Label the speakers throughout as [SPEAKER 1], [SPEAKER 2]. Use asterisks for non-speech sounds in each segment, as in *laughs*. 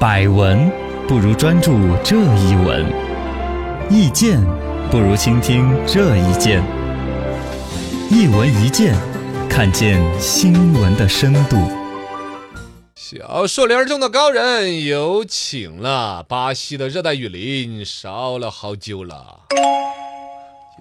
[SPEAKER 1] 百闻不如专注这一闻，意见不如倾听这一见。一闻一见，看见新闻的深度。
[SPEAKER 2] 小树林中的高人有请了。巴西的热带雨林烧了好久了，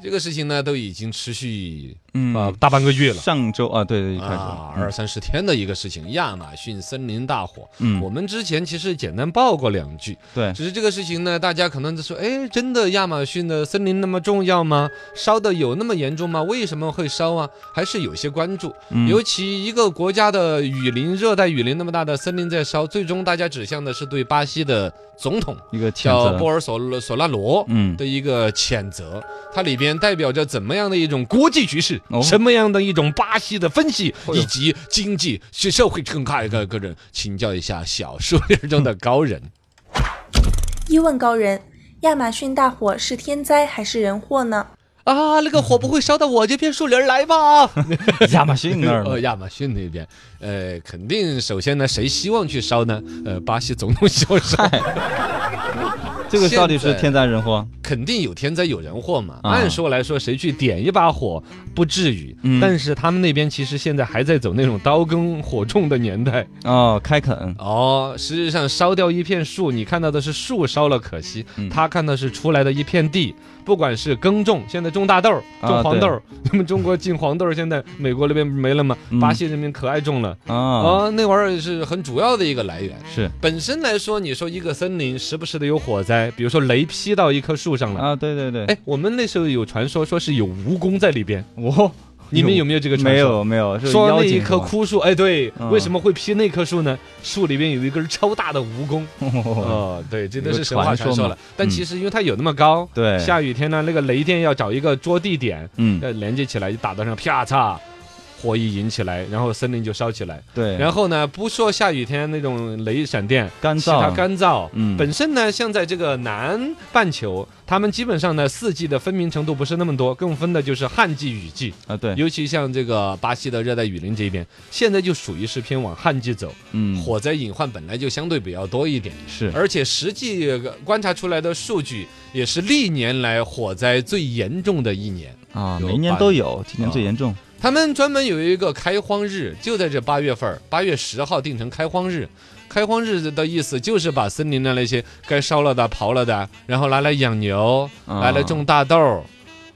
[SPEAKER 2] 这个事情呢都已经持续
[SPEAKER 3] 啊
[SPEAKER 1] 嗯，，
[SPEAKER 3] 大半个月了。
[SPEAKER 1] 上周啊，对对，一开始，
[SPEAKER 2] 啊二三十天的一个事情，亚马逊森林大火。我
[SPEAKER 1] 嗯，
[SPEAKER 2] 们之前其实简单报过两句，
[SPEAKER 1] 对，
[SPEAKER 2] 只是这个事情呢，大家可能就说，哎，真的亚马逊的森林那么重要吗？烧的有那么严重吗？为什么会烧啊？还是有些关注。
[SPEAKER 1] 嗯
[SPEAKER 2] 尤其一个国家的雨林，热带雨林那么大的森林在烧，最终大家指向的是对巴西的总统
[SPEAKER 1] 一个谴
[SPEAKER 2] 叫波
[SPEAKER 1] 责，
[SPEAKER 2] 尔索勒索拉罗
[SPEAKER 1] 嗯，
[SPEAKER 2] 的一个谴责，它里边代表着怎么样的一种国际局势
[SPEAKER 1] 哦，
[SPEAKER 2] 什么样的一种巴西的分析，
[SPEAKER 1] 哎呦
[SPEAKER 2] 以及经济、是社会更大一个个人，请教一下小树林中的高人。
[SPEAKER 4] 一问高人，亚马逊大火是天灾还是人祸呢？
[SPEAKER 2] *laughs* 啊，那个火不会烧到我这片树林儿来 *laughs* 吧？
[SPEAKER 1] 亚马逊那儿
[SPEAKER 2] *laughs* 呃，
[SPEAKER 1] 了，
[SPEAKER 2] 亚马逊那边，呃，肯定首先呢，谁希望去烧呢？呃，巴西总统希望烧，
[SPEAKER 1] 这个到底是
[SPEAKER 2] 现在
[SPEAKER 1] 天灾人祸？
[SPEAKER 2] 肯定有天灾有人祸嘛。
[SPEAKER 1] 啊
[SPEAKER 2] 按说来说，谁去点一把火不至于，
[SPEAKER 1] 嗯
[SPEAKER 2] 但是他们那边其实现在还在走那种刀耕火种的年代
[SPEAKER 1] 哦，开垦，
[SPEAKER 2] 哦。实际上，烧掉一片树，你看到的是树烧了可惜，
[SPEAKER 1] 嗯
[SPEAKER 2] 他看到是出来的一片地，不管是耕种，现在种大豆儿、
[SPEAKER 1] 啊
[SPEAKER 2] 种黄豆儿， *laughs* 那么中国进黄豆儿，现在美国那边没了嘛，
[SPEAKER 1] 嗯
[SPEAKER 2] 巴西人民可爱种了。
[SPEAKER 1] 啊，
[SPEAKER 2] 啊，那玩意儿是很主要的一个来源。
[SPEAKER 1] 是
[SPEAKER 2] 本身来说，你说一个森林时不时的有火灾，比如说雷劈到一棵树上了。
[SPEAKER 1] 啊，对对对，
[SPEAKER 2] 哎，我们那时候有传说，说是有蜈蚣在里边，
[SPEAKER 1] 我
[SPEAKER 2] 你
[SPEAKER 1] *laughs*
[SPEAKER 2] 们有没有这个传
[SPEAKER 1] 没
[SPEAKER 2] 说？
[SPEAKER 1] 有没有，是
[SPEAKER 2] 说
[SPEAKER 1] 妖
[SPEAKER 2] 那一
[SPEAKER 1] 精
[SPEAKER 2] 棵
[SPEAKER 1] *laughs* 是吧
[SPEAKER 2] 枯树，哎，对，
[SPEAKER 1] 嗯
[SPEAKER 2] 为什么会劈那棵树呢？树里边有一根超大的蜈蚣。哦，对，这都
[SPEAKER 1] 有
[SPEAKER 2] 是
[SPEAKER 1] 个
[SPEAKER 2] 神话
[SPEAKER 1] 传
[SPEAKER 2] 传
[SPEAKER 1] 说
[SPEAKER 2] 说
[SPEAKER 1] 嘛嗯
[SPEAKER 2] 了。但其实因为它有那么高，
[SPEAKER 1] 对，
[SPEAKER 2] 下雨天呢，那个雷电要找一个着地点，
[SPEAKER 1] 嗯，
[SPEAKER 2] 呃，连接起来就打到上，啪嚓，火一引起来，然后森林就烧起来。
[SPEAKER 1] 对，
[SPEAKER 2] 然后呢，不说下雨天那种雷闪电，
[SPEAKER 1] 干
[SPEAKER 2] 其他
[SPEAKER 1] 燥，
[SPEAKER 2] 干燥。
[SPEAKER 1] 嗯，
[SPEAKER 2] 本身呢，像在这个南半球，他们基本上呢四季的分明程度不是那么多，更分的就是旱季、雨季。
[SPEAKER 1] 啊对，
[SPEAKER 2] 尤其像这个巴西的热带雨林这边，现在就属于是偏往旱季走，
[SPEAKER 1] 嗯，
[SPEAKER 2] 火灾隐患本来就相对比较多一点，
[SPEAKER 1] 是
[SPEAKER 2] 而且实际呃观察出来的数据也是历年来火灾最严重的一年。
[SPEAKER 1] 啊，
[SPEAKER 2] 有
[SPEAKER 1] 每年
[SPEAKER 2] 半
[SPEAKER 1] 都有，今年最
[SPEAKER 2] 啊
[SPEAKER 1] 严重。
[SPEAKER 2] 他们专门有一个开荒日，就在这八月份儿，八月十号定成开荒日。开荒日的意思就是把森林的那些该烧了的、刨了的，然后拿来养牛，
[SPEAKER 1] 啊
[SPEAKER 2] 拿来种大豆儿。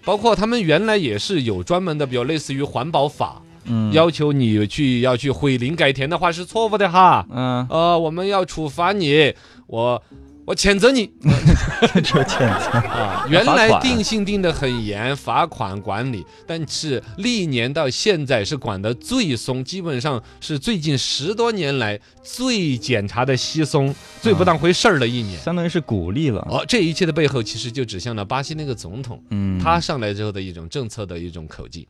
[SPEAKER 2] 包括他们原来也是有专门的，比如类似于环保法，
[SPEAKER 1] 嗯，
[SPEAKER 2] 要求你去要去毁林改田的话是错误的哈。
[SPEAKER 1] 嗯，
[SPEAKER 2] 呃，我们要处罚你，我我谴责
[SPEAKER 1] *laughs*
[SPEAKER 2] 你
[SPEAKER 1] 这欠责
[SPEAKER 2] 啊！原
[SPEAKER 1] 罚
[SPEAKER 2] 来
[SPEAKER 1] 款
[SPEAKER 2] 定性定得很严，罚款管理，但是历年到现在是管得最松，基本上是最近十多年来最检查的稀松、最不当回事儿的一年。
[SPEAKER 1] 相当于是鼓励了。
[SPEAKER 2] 哦，这一切的背后其实就指向了巴西那个总统，
[SPEAKER 1] 嗯，
[SPEAKER 2] 他上来之后的一种政策的一种口径。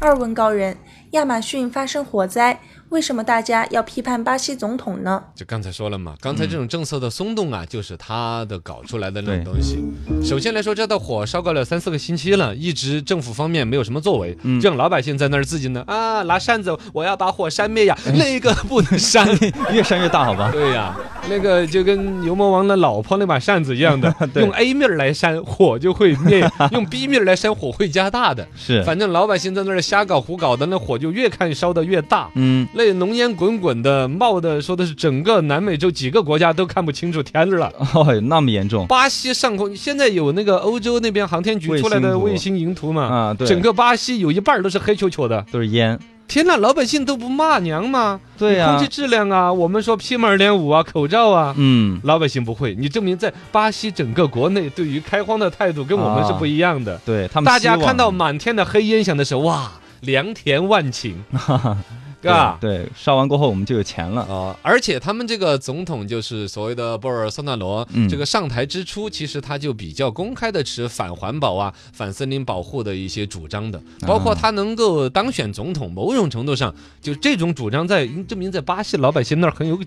[SPEAKER 4] 二问高人，亚马逊发生火灾，为什么大家要批判巴西总统呢？
[SPEAKER 2] 就刚才说了嘛，刚才这种政策的松动啊，就是他的搞出来的那种
[SPEAKER 1] 对
[SPEAKER 2] 东西。
[SPEAKER 1] 嗯
[SPEAKER 2] 首先来说，这道火烧个了三四个星期了，一直政府方面没有什么作为，
[SPEAKER 1] 嗯
[SPEAKER 2] 让老百姓在那儿自己呢啊拿扇子，我要把火扇灭呀，
[SPEAKER 1] 哎
[SPEAKER 2] 那个不能扇。
[SPEAKER 1] *laughs* *laughs* 越扇越大，好吧？
[SPEAKER 2] 对呀、那个就跟牛魔王的老婆那把扇子一样的
[SPEAKER 1] *laughs* ，对
[SPEAKER 2] 用 A 面儿来扇火就会灭，
[SPEAKER 1] *laughs*
[SPEAKER 2] 用 B 面儿来扇火会加大的。 *laughs*
[SPEAKER 1] 是，
[SPEAKER 2] 反正老百姓在那儿瞎搞胡搞的，那火就越看烧得越大。
[SPEAKER 1] 嗯，
[SPEAKER 2] 那浓烟滚滚的，冒的说的是整个南美洲几个国家都看不清楚天了。
[SPEAKER 1] *laughs* 哦，那么严重
[SPEAKER 2] 巴西上空现在有那个欧洲那边航天局出来的
[SPEAKER 1] 卫
[SPEAKER 2] 卫
[SPEAKER 1] 星
[SPEAKER 2] 星云图嘛？
[SPEAKER 1] 啊？对，
[SPEAKER 2] 整个巴西有一半都是黑黢黢的。
[SPEAKER 1] 都是烟。
[SPEAKER 2] 天呐，老百姓都不骂娘吗？
[SPEAKER 1] 对呀
[SPEAKER 2] 空气，质量啊，我们说 PM 二点五啊，口罩啊。
[SPEAKER 1] 嗯，
[SPEAKER 2] 老百姓不会，你证明在巴西整个国内对于开荒的态度跟我们是不一样的。
[SPEAKER 1] 对啊他们
[SPEAKER 2] 大
[SPEAKER 1] 希
[SPEAKER 2] 家
[SPEAKER 1] 望
[SPEAKER 2] 看到满天的黑烟，想的是哇，良田万
[SPEAKER 1] *laughs*
[SPEAKER 2] 顷，
[SPEAKER 1] 对
[SPEAKER 2] 啊，
[SPEAKER 1] 对，烧完过后我们就有钱了。
[SPEAKER 2] 啊、而且他们这个总统就是所谓的波尔索纳罗，
[SPEAKER 1] 嗯
[SPEAKER 2] 这个上台之初，其实他就比较公开的持反环保啊、反森林保护的一些主张的，
[SPEAKER 1] 啊
[SPEAKER 2] 包括他能够当选总统，某种程度上就这种主张在证明在巴西老百姓那儿很有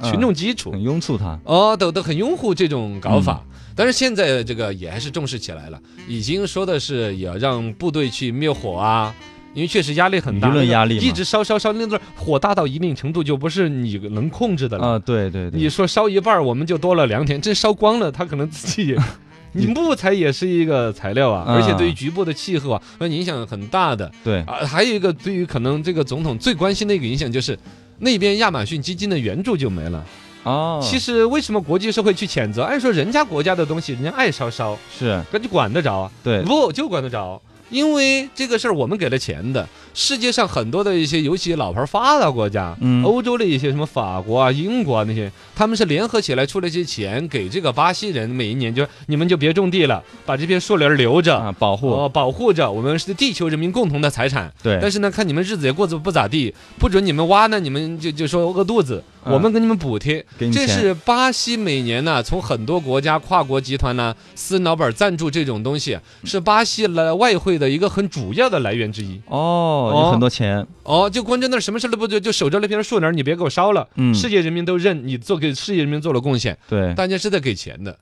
[SPEAKER 1] 嗯
[SPEAKER 2] 群众基础。
[SPEAKER 1] 很拥簇他，
[SPEAKER 2] 哦，都都很拥护这种搞法，
[SPEAKER 1] 嗯
[SPEAKER 2] 但是现在这个也还是重视起来了，已经说的是也让部队去灭火啊，因为确实压力很大，
[SPEAKER 1] 舆论压力嘛
[SPEAKER 2] 一直烧烧烧，那段火大到一定程度就不是你能控制的了。
[SPEAKER 1] 啊，对对
[SPEAKER 2] 你
[SPEAKER 1] 对，
[SPEAKER 2] 说烧一半儿，我们就多了两天，这烧光了，他可能自
[SPEAKER 1] *laughs*
[SPEAKER 2] 己也。 *laughs* 你木材也是一个材料啊，
[SPEAKER 1] 嗯
[SPEAKER 2] 而且对于局部的气候啊，那影响很大的
[SPEAKER 1] 对，
[SPEAKER 2] 啊。还有一个，对于可能这个总统最关心的一个影响就是，那边亚马逊基金的援助就没了。
[SPEAKER 1] 哦，
[SPEAKER 2] 啊其实为什么国际社会去谴责？按说人家国家的东西，人家爱烧烧，
[SPEAKER 1] 哦是
[SPEAKER 2] 那就管得着啊。
[SPEAKER 1] 对，
[SPEAKER 2] 不就管得着，因为这个事儿我们给了钱的。世界上很多的一些，尤其老牌发达国家，
[SPEAKER 1] 嗯
[SPEAKER 2] 欧洲的一些什么法国啊、英国啊那些，他们是联合起来出了一些钱给这个巴西人，每一年就你们就别种地了，把这片树林儿留着。
[SPEAKER 1] 啊，保护，
[SPEAKER 2] 哦，保护着我们是地球人民共同的财产。
[SPEAKER 1] 对，
[SPEAKER 2] 但是呢，看你们日子也过得不咋地，不准你们挖呢，你们就就说饿肚子，
[SPEAKER 1] 嗯
[SPEAKER 2] 我们给你们补贴。
[SPEAKER 1] 给你
[SPEAKER 2] 这
[SPEAKER 1] 钱
[SPEAKER 2] 是巴西每年呢、从很多国家跨国集团呢、撕脑板赞助这种东西，是巴西来外汇的一个很主要的来源之一。
[SPEAKER 1] 哦，有
[SPEAKER 2] 哦
[SPEAKER 1] 很多钱，
[SPEAKER 2] 哦，就关键那儿什么事都不做，就守着那片树林儿，你别给我烧了。
[SPEAKER 1] 嗯
[SPEAKER 2] 世界人民都认你做给世界人民做了贡献，
[SPEAKER 1] 对，
[SPEAKER 2] 大家是在给钱的。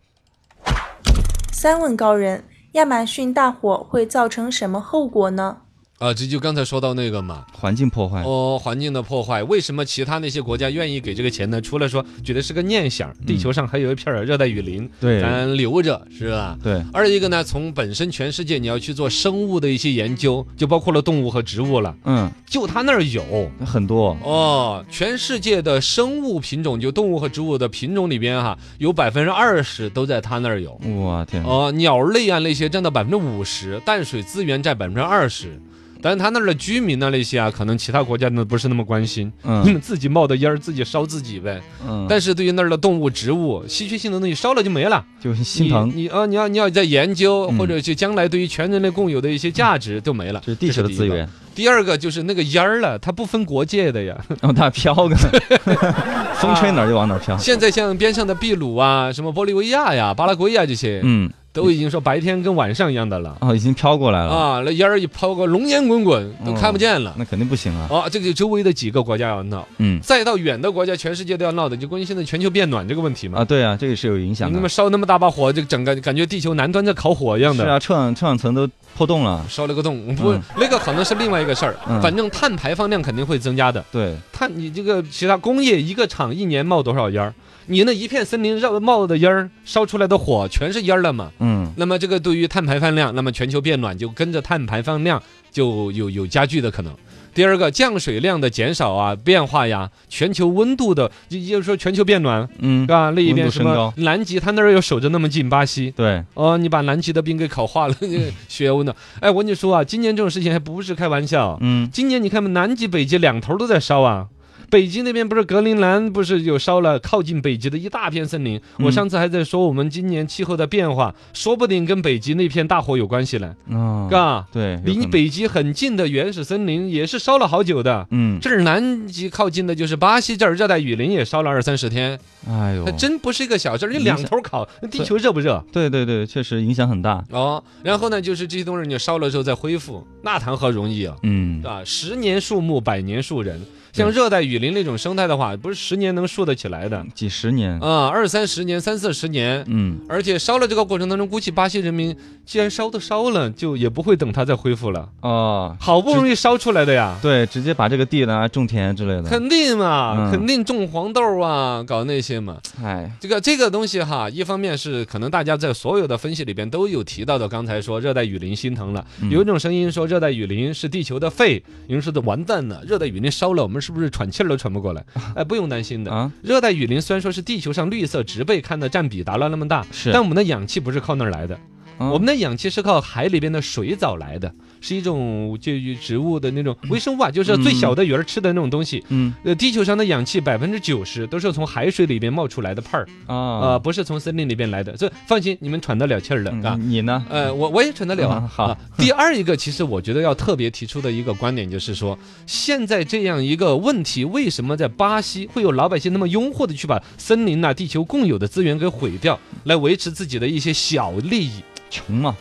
[SPEAKER 4] 三问高人：亚马逊大火会造成什么后果呢？
[SPEAKER 2] 啊、这就刚才说到那个嘛，
[SPEAKER 1] 环境破坏，
[SPEAKER 2] 哦，环境的破坏，为什么其他那些国家愿意给这个钱呢？除了说觉得是个念想，地球上还有一片儿热带雨林，
[SPEAKER 1] 对
[SPEAKER 2] 咱留着是吧？
[SPEAKER 1] 对，
[SPEAKER 2] 二一个呢，从本身全世界你要去做生物的一些研究，就包括了动物和植物了，
[SPEAKER 1] 嗯，
[SPEAKER 2] 就它那儿有。
[SPEAKER 1] 很多，
[SPEAKER 2] 哦，全世界的生物品种，就动物和植物的品种里边哈、有百分之二十都在它那儿有。
[SPEAKER 1] 我天，
[SPEAKER 2] 哦，鸟类啊那些占到百分之五十，淡水资源占百分之二十，但是它那儿的居民啊那些啊，可能其他国家呢不是那么关心，你
[SPEAKER 1] 嗯
[SPEAKER 2] 们自己冒的烟儿自己烧自己呗。
[SPEAKER 1] 嗯，
[SPEAKER 2] 但是对于那儿的动物、植物稀缺性的东西，烧了就没了，
[SPEAKER 1] 就心疼，
[SPEAKER 2] 你你啊，你要你要在研究
[SPEAKER 1] 嗯
[SPEAKER 2] 或者就将来对于全人类共有的一些价值都没了，
[SPEAKER 1] 这是地球的
[SPEAKER 2] 这是第一
[SPEAKER 1] 资
[SPEAKER 2] 个
[SPEAKER 1] *laughs* 源，
[SPEAKER 2] 第二个就是那个烟儿了，它不分国界的呀。 *laughs*
[SPEAKER 1] 让哦它飘个，风吹哪儿就往哪儿飘，
[SPEAKER 2] 现在像边上的秘鲁啊、什么玻利维亚呀、巴拉圭呀这些，
[SPEAKER 1] 嗯，
[SPEAKER 2] 都已经说白天跟晚上一样的了。
[SPEAKER 1] 哦，已经飘过来了，
[SPEAKER 2] 啊，那烟儿一抛过，浓烟滚滚，
[SPEAKER 1] 嗯
[SPEAKER 2] 都看不见了。
[SPEAKER 1] 那肯定不行啊，
[SPEAKER 2] 哦，这个就周围的几个国家要闹，
[SPEAKER 1] 嗯，
[SPEAKER 2] 再到远的国家，全世界都要闹的，就关于现在全球变暖这个问题嘛。
[SPEAKER 1] 啊，对啊，这个是有影响
[SPEAKER 2] 你那么
[SPEAKER 1] 的，
[SPEAKER 2] 烧那么大把火，就整个感觉地球南端在烤火一样
[SPEAKER 1] 是
[SPEAKER 2] 的。
[SPEAKER 1] 啊，臭氧臭氧层都破洞了，
[SPEAKER 2] 烧了个洞，不，
[SPEAKER 1] 嗯
[SPEAKER 2] 那个可能是另外一个事儿。
[SPEAKER 1] 嗯
[SPEAKER 2] 反正碳排放量肯定会增加的。
[SPEAKER 1] 对，
[SPEAKER 2] 碳，你这个其他工业一个厂一年冒多少烟儿？你那一片森林绕冒的烟儿，烧出来的火全是烟儿了嘛？
[SPEAKER 1] 嗯，
[SPEAKER 2] 那么这个对于碳排放量，那么全球变暖就跟着碳排放量就有有加剧的可能。第二个，降水量的减少啊，变化呀，全球温度的，也也就是说全球变暖，
[SPEAKER 1] 嗯
[SPEAKER 2] 是，吧？另一
[SPEAKER 1] 温
[SPEAKER 2] 边
[SPEAKER 1] 度
[SPEAKER 2] 什
[SPEAKER 1] 升高
[SPEAKER 2] 么南极，它那儿又守着那么近，巴西。
[SPEAKER 1] 对，
[SPEAKER 2] 哦，你把南极的冰给烤化了， *laughs* 雪温的。哎，我跟你说啊，今年这种事情还不是开玩笑。
[SPEAKER 1] 嗯，
[SPEAKER 2] 今年你看嘛，南极、北极两头都在烧啊。北极那边不是格陵兰不是有烧了靠近北极的一大片森林？
[SPEAKER 1] 嗯
[SPEAKER 2] 我上次还在说我们今年气候的变化，说不定跟北极那片大火有关系呢，
[SPEAKER 1] 哦，
[SPEAKER 2] 嘎。
[SPEAKER 1] 对，有
[SPEAKER 2] 离
[SPEAKER 1] 可
[SPEAKER 2] 你
[SPEAKER 1] 能，
[SPEAKER 2] 北极很近的原始森林也是烧了好久的。
[SPEAKER 1] 嗯，
[SPEAKER 2] 这儿南极靠近的就是巴西这儿，热带雨林也烧了二三十天，
[SPEAKER 1] 哎呦
[SPEAKER 2] 它，真不是一个小事儿。你
[SPEAKER 1] 影
[SPEAKER 2] 两
[SPEAKER 1] 响
[SPEAKER 2] 头烤，那地球热不热？
[SPEAKER 1] 对对对，确实影响很大，
[SPEAKER 2] 哦，然后呢，就是这些东西你烧了之后再恢复，那谈何容易啊！
[SPEAKER 1] 嗯，
[SPEAKER 2] 啊，十年树木，百年树人。像热带雨林那种生态的话，不是十年能树得起来的
[SPEAKER 1] 几十年，
[SPEAKER 2] 啊，二三十年、三四十年。
[SPEAKER 1] 嗯，
[SPEAKER 2] 而且烧了这个过程当中，估计巴西人民既然烧都烧了，就也不会等它再恢复了。
[SPEAKER 1] 哦，
[SPEAKER 2] 好不容易烧出来的呀，
[SPEAKER 1] 对，直接把这个地拿来种田之类的，
[SPEAKER 2] 肯定嘛，
[SPEAKER 1] 嗯
[SPEAKER 2] 肯定种黄豆啊，搞那些嘛。
[SPEAKER 1] 哎，
[SPEAKER 2] 这个这个东西哈，一方面是可能大家在所有的分析里边都有提到的，刚才说热带雨林心疼了，
[SPEAKER 1] 嗯
[SPEAKER 2] 有一种声音说热带雨林是地球的肺，有人说的完蛋了，热带雨林烧了，我们是不是喘气儿都喘不过
[SPEAKER 1] *laughs*
[SPEAKER 2] 来？哎，不用担心的。
[SPEAKER 1] 啊，
[SPEAKER 2] 热带雨林虽然说是地球上绿色植被看的占比达到那么大，
[SPEAKER 1] 是
[SPEAKER 2] 但我们的氧气不是靠那儿来的，
[SPEAKER 1] 啊
[SPEAKER 2] 我们的氧气是靠海里边的水藻来的，是一种就植物的那种微生物啊，就是最小的鱼儿吃的那种东西。
[SPEAKER 1] 嗯
[SPEAKER 2] 呃，地球上的氧气百分之九十都是从海水里边冒出来的泡儿，呃，
[SPEAKER 1] 啊，
[SPEAKER 2] 不是从森林里边来的，所以放心，你们喘得了气儿的，啊。
[SPEAKER 1] 嗯你呢？
[SPEAKER 2] 呃，我我也喘得了啊
[SPEAKER 1] 嗯。好
[SPEAKER 2] 啊第二一个，其实我觉得要特别提出的一个观点就是说，现在这样一个问题，为什么在巴西会有老百姓那么拥护的去把森林呐、地球共有的资源给毁掉，来维持自己的一些小利益？
[SPEAKER 1] 穷嘛，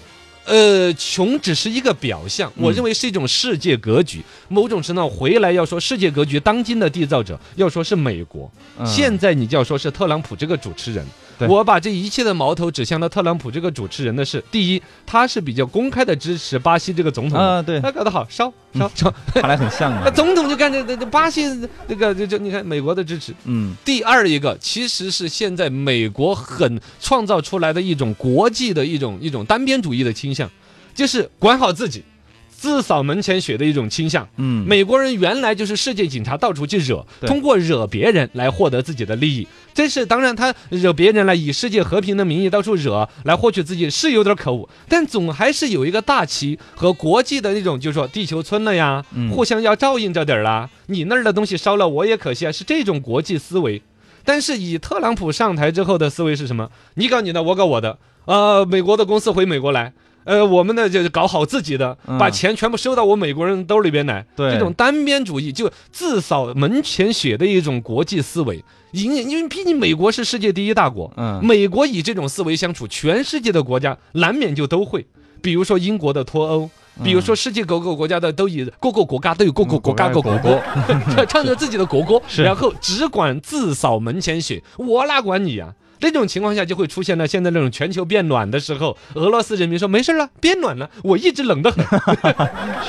[SPEAKER 2] 呃，穷只是一个表象，
[SPEAKER 1] 嗯
[SPEAKER 2] 我认为是一种世界格局。某种程度上回来要说世界格局，当今的缔造者要说是美国。
[SPEAKER 1] 嗯
[SPEAKER 2] 现在你就要说是特朗普这个主持人，
[SPEAKER 3] 对
[SPEAKER 2] 我把这一切的矛头指向了特朗普这个主持人的是，第一，他是比较公开的支持巴西这个总统的，
[SPEAKER 1] 呃
[SPEAKER 3] 啊，对，
[SPEAKER 2] 他搞得好，烧烧烧，
[SPEAKER 3] 看来很像
[SPEAKER 2] *laughs* 那
[SPEAKER 3] 啊。
[SPEAKER 2] 总统就干这这这巴西那个就就你看美国的支持。
[SPEAKER 3] 嗯，
[SPEAKER 2] 第二一个其实是现在美国很创造出来的一种国际的一种一种单边主义的倾向，就是管好自己，自扫门前雪的一种倾向。
[SPEAKER 3] 嗯，
[SPEAKER 2] 美国人原来就是世界警察，到处去惹，
[SPEAKER 3] 对
[SPEAKER 2] 通过惹别人来获得自己的利益。这是当然，他惹别人了，以世界和平的名义到处惹来获取自己，是有点可恶，但总还是有一个大旗和国际的那种，就是说地球村了呀，
[SPEAKER 3] 嗯
[SPEAKER 2] 互相要照应着点儿啦。你那儿的东西烧了，我也可惜啊，是这种国际思维。但是以特朗普上台之后的思维是什么？你搞你的，我搞我的。呃，美国的公司回美国来，呃，我们呢就是搞好自己的，
[SPEAKER 3] 嗯
[SPEAKER 2] 把钱全部收到我美国人兜里边来。
[SPEAKER 3] 对
[SPEAKER 2] 这种单边主义就自扫门前雪的一种国际思维，因因为毕竟美国是世界第一大国，
[SPEAKER 3] 嗯
[SPEAKER 2] 美国以这种思维相处，全世界的国家难免就都会，比如说英国的脱欧。
[SPEAKER 3] 嗯
[SPEAKER 2] 比如说，世界各个国家的都以各个国家都有各个国家各国歌，
[SPEAKER 3] *laughs*
[SPEAKER 2] 唱着自己的国歌，
[SPEAKER 3] 是
[SPEAKER 2] 然后只管自扫门前雪，我哪管你呀、那种情况下就会出现了现在那种全球变暖的时候，俄罗斯人民说没事了，变暖了，我一直冷得很。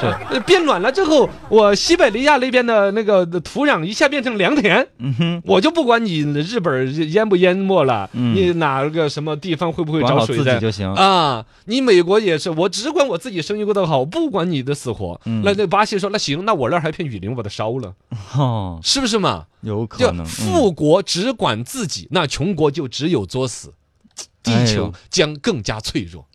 [SPEAKER 3] 是，
[SPEAKER 2] 呃变暖了之后，我西北利亚那边的那个土壤一下变成良田，
[SPEAKER 3] 嗯哼，
[SPEAKER 2] 我就不管你日本淹不淹没了，
[SPEAKER 3] 嗯
[SPEAKER 2] 你哪个什么地方会不会
[SPEAKER 3] 管
[SPEAKER 2] 找
[SPEAKER 3] 好
[SPEAKER 2] 水
[SPEAKER 3] 自
[SPEAKER 2] 灾
[SPEAKER 3] 己就行。
[SPEAKER 2] 啊？你美国也是，我只管我自己生意过得好，不管你的死活。
[SPEAKER 3] 嗯
[SPEAKER 2] 那那巴西说，那行，那我那儿还片雨林，我把它烧了，
[SPEAKER 3] 哦，
[SPEAKER 2] 是不是嘛？
[SPEAKER 3] 有
[SPEAKER 2] 就
[SPEAKER 3] 可
[SPEAKER 1] 嗯
[SPEAKER 3] 能。嗯
[SPEAKER 2] 富国只管自己，那穷国就只有作
[SPEAKER 3] 哎
[SPEAKER 2] 死。地
[SPEAKER 3] 呦
[SPEAKER 2] 球将更加脆弱。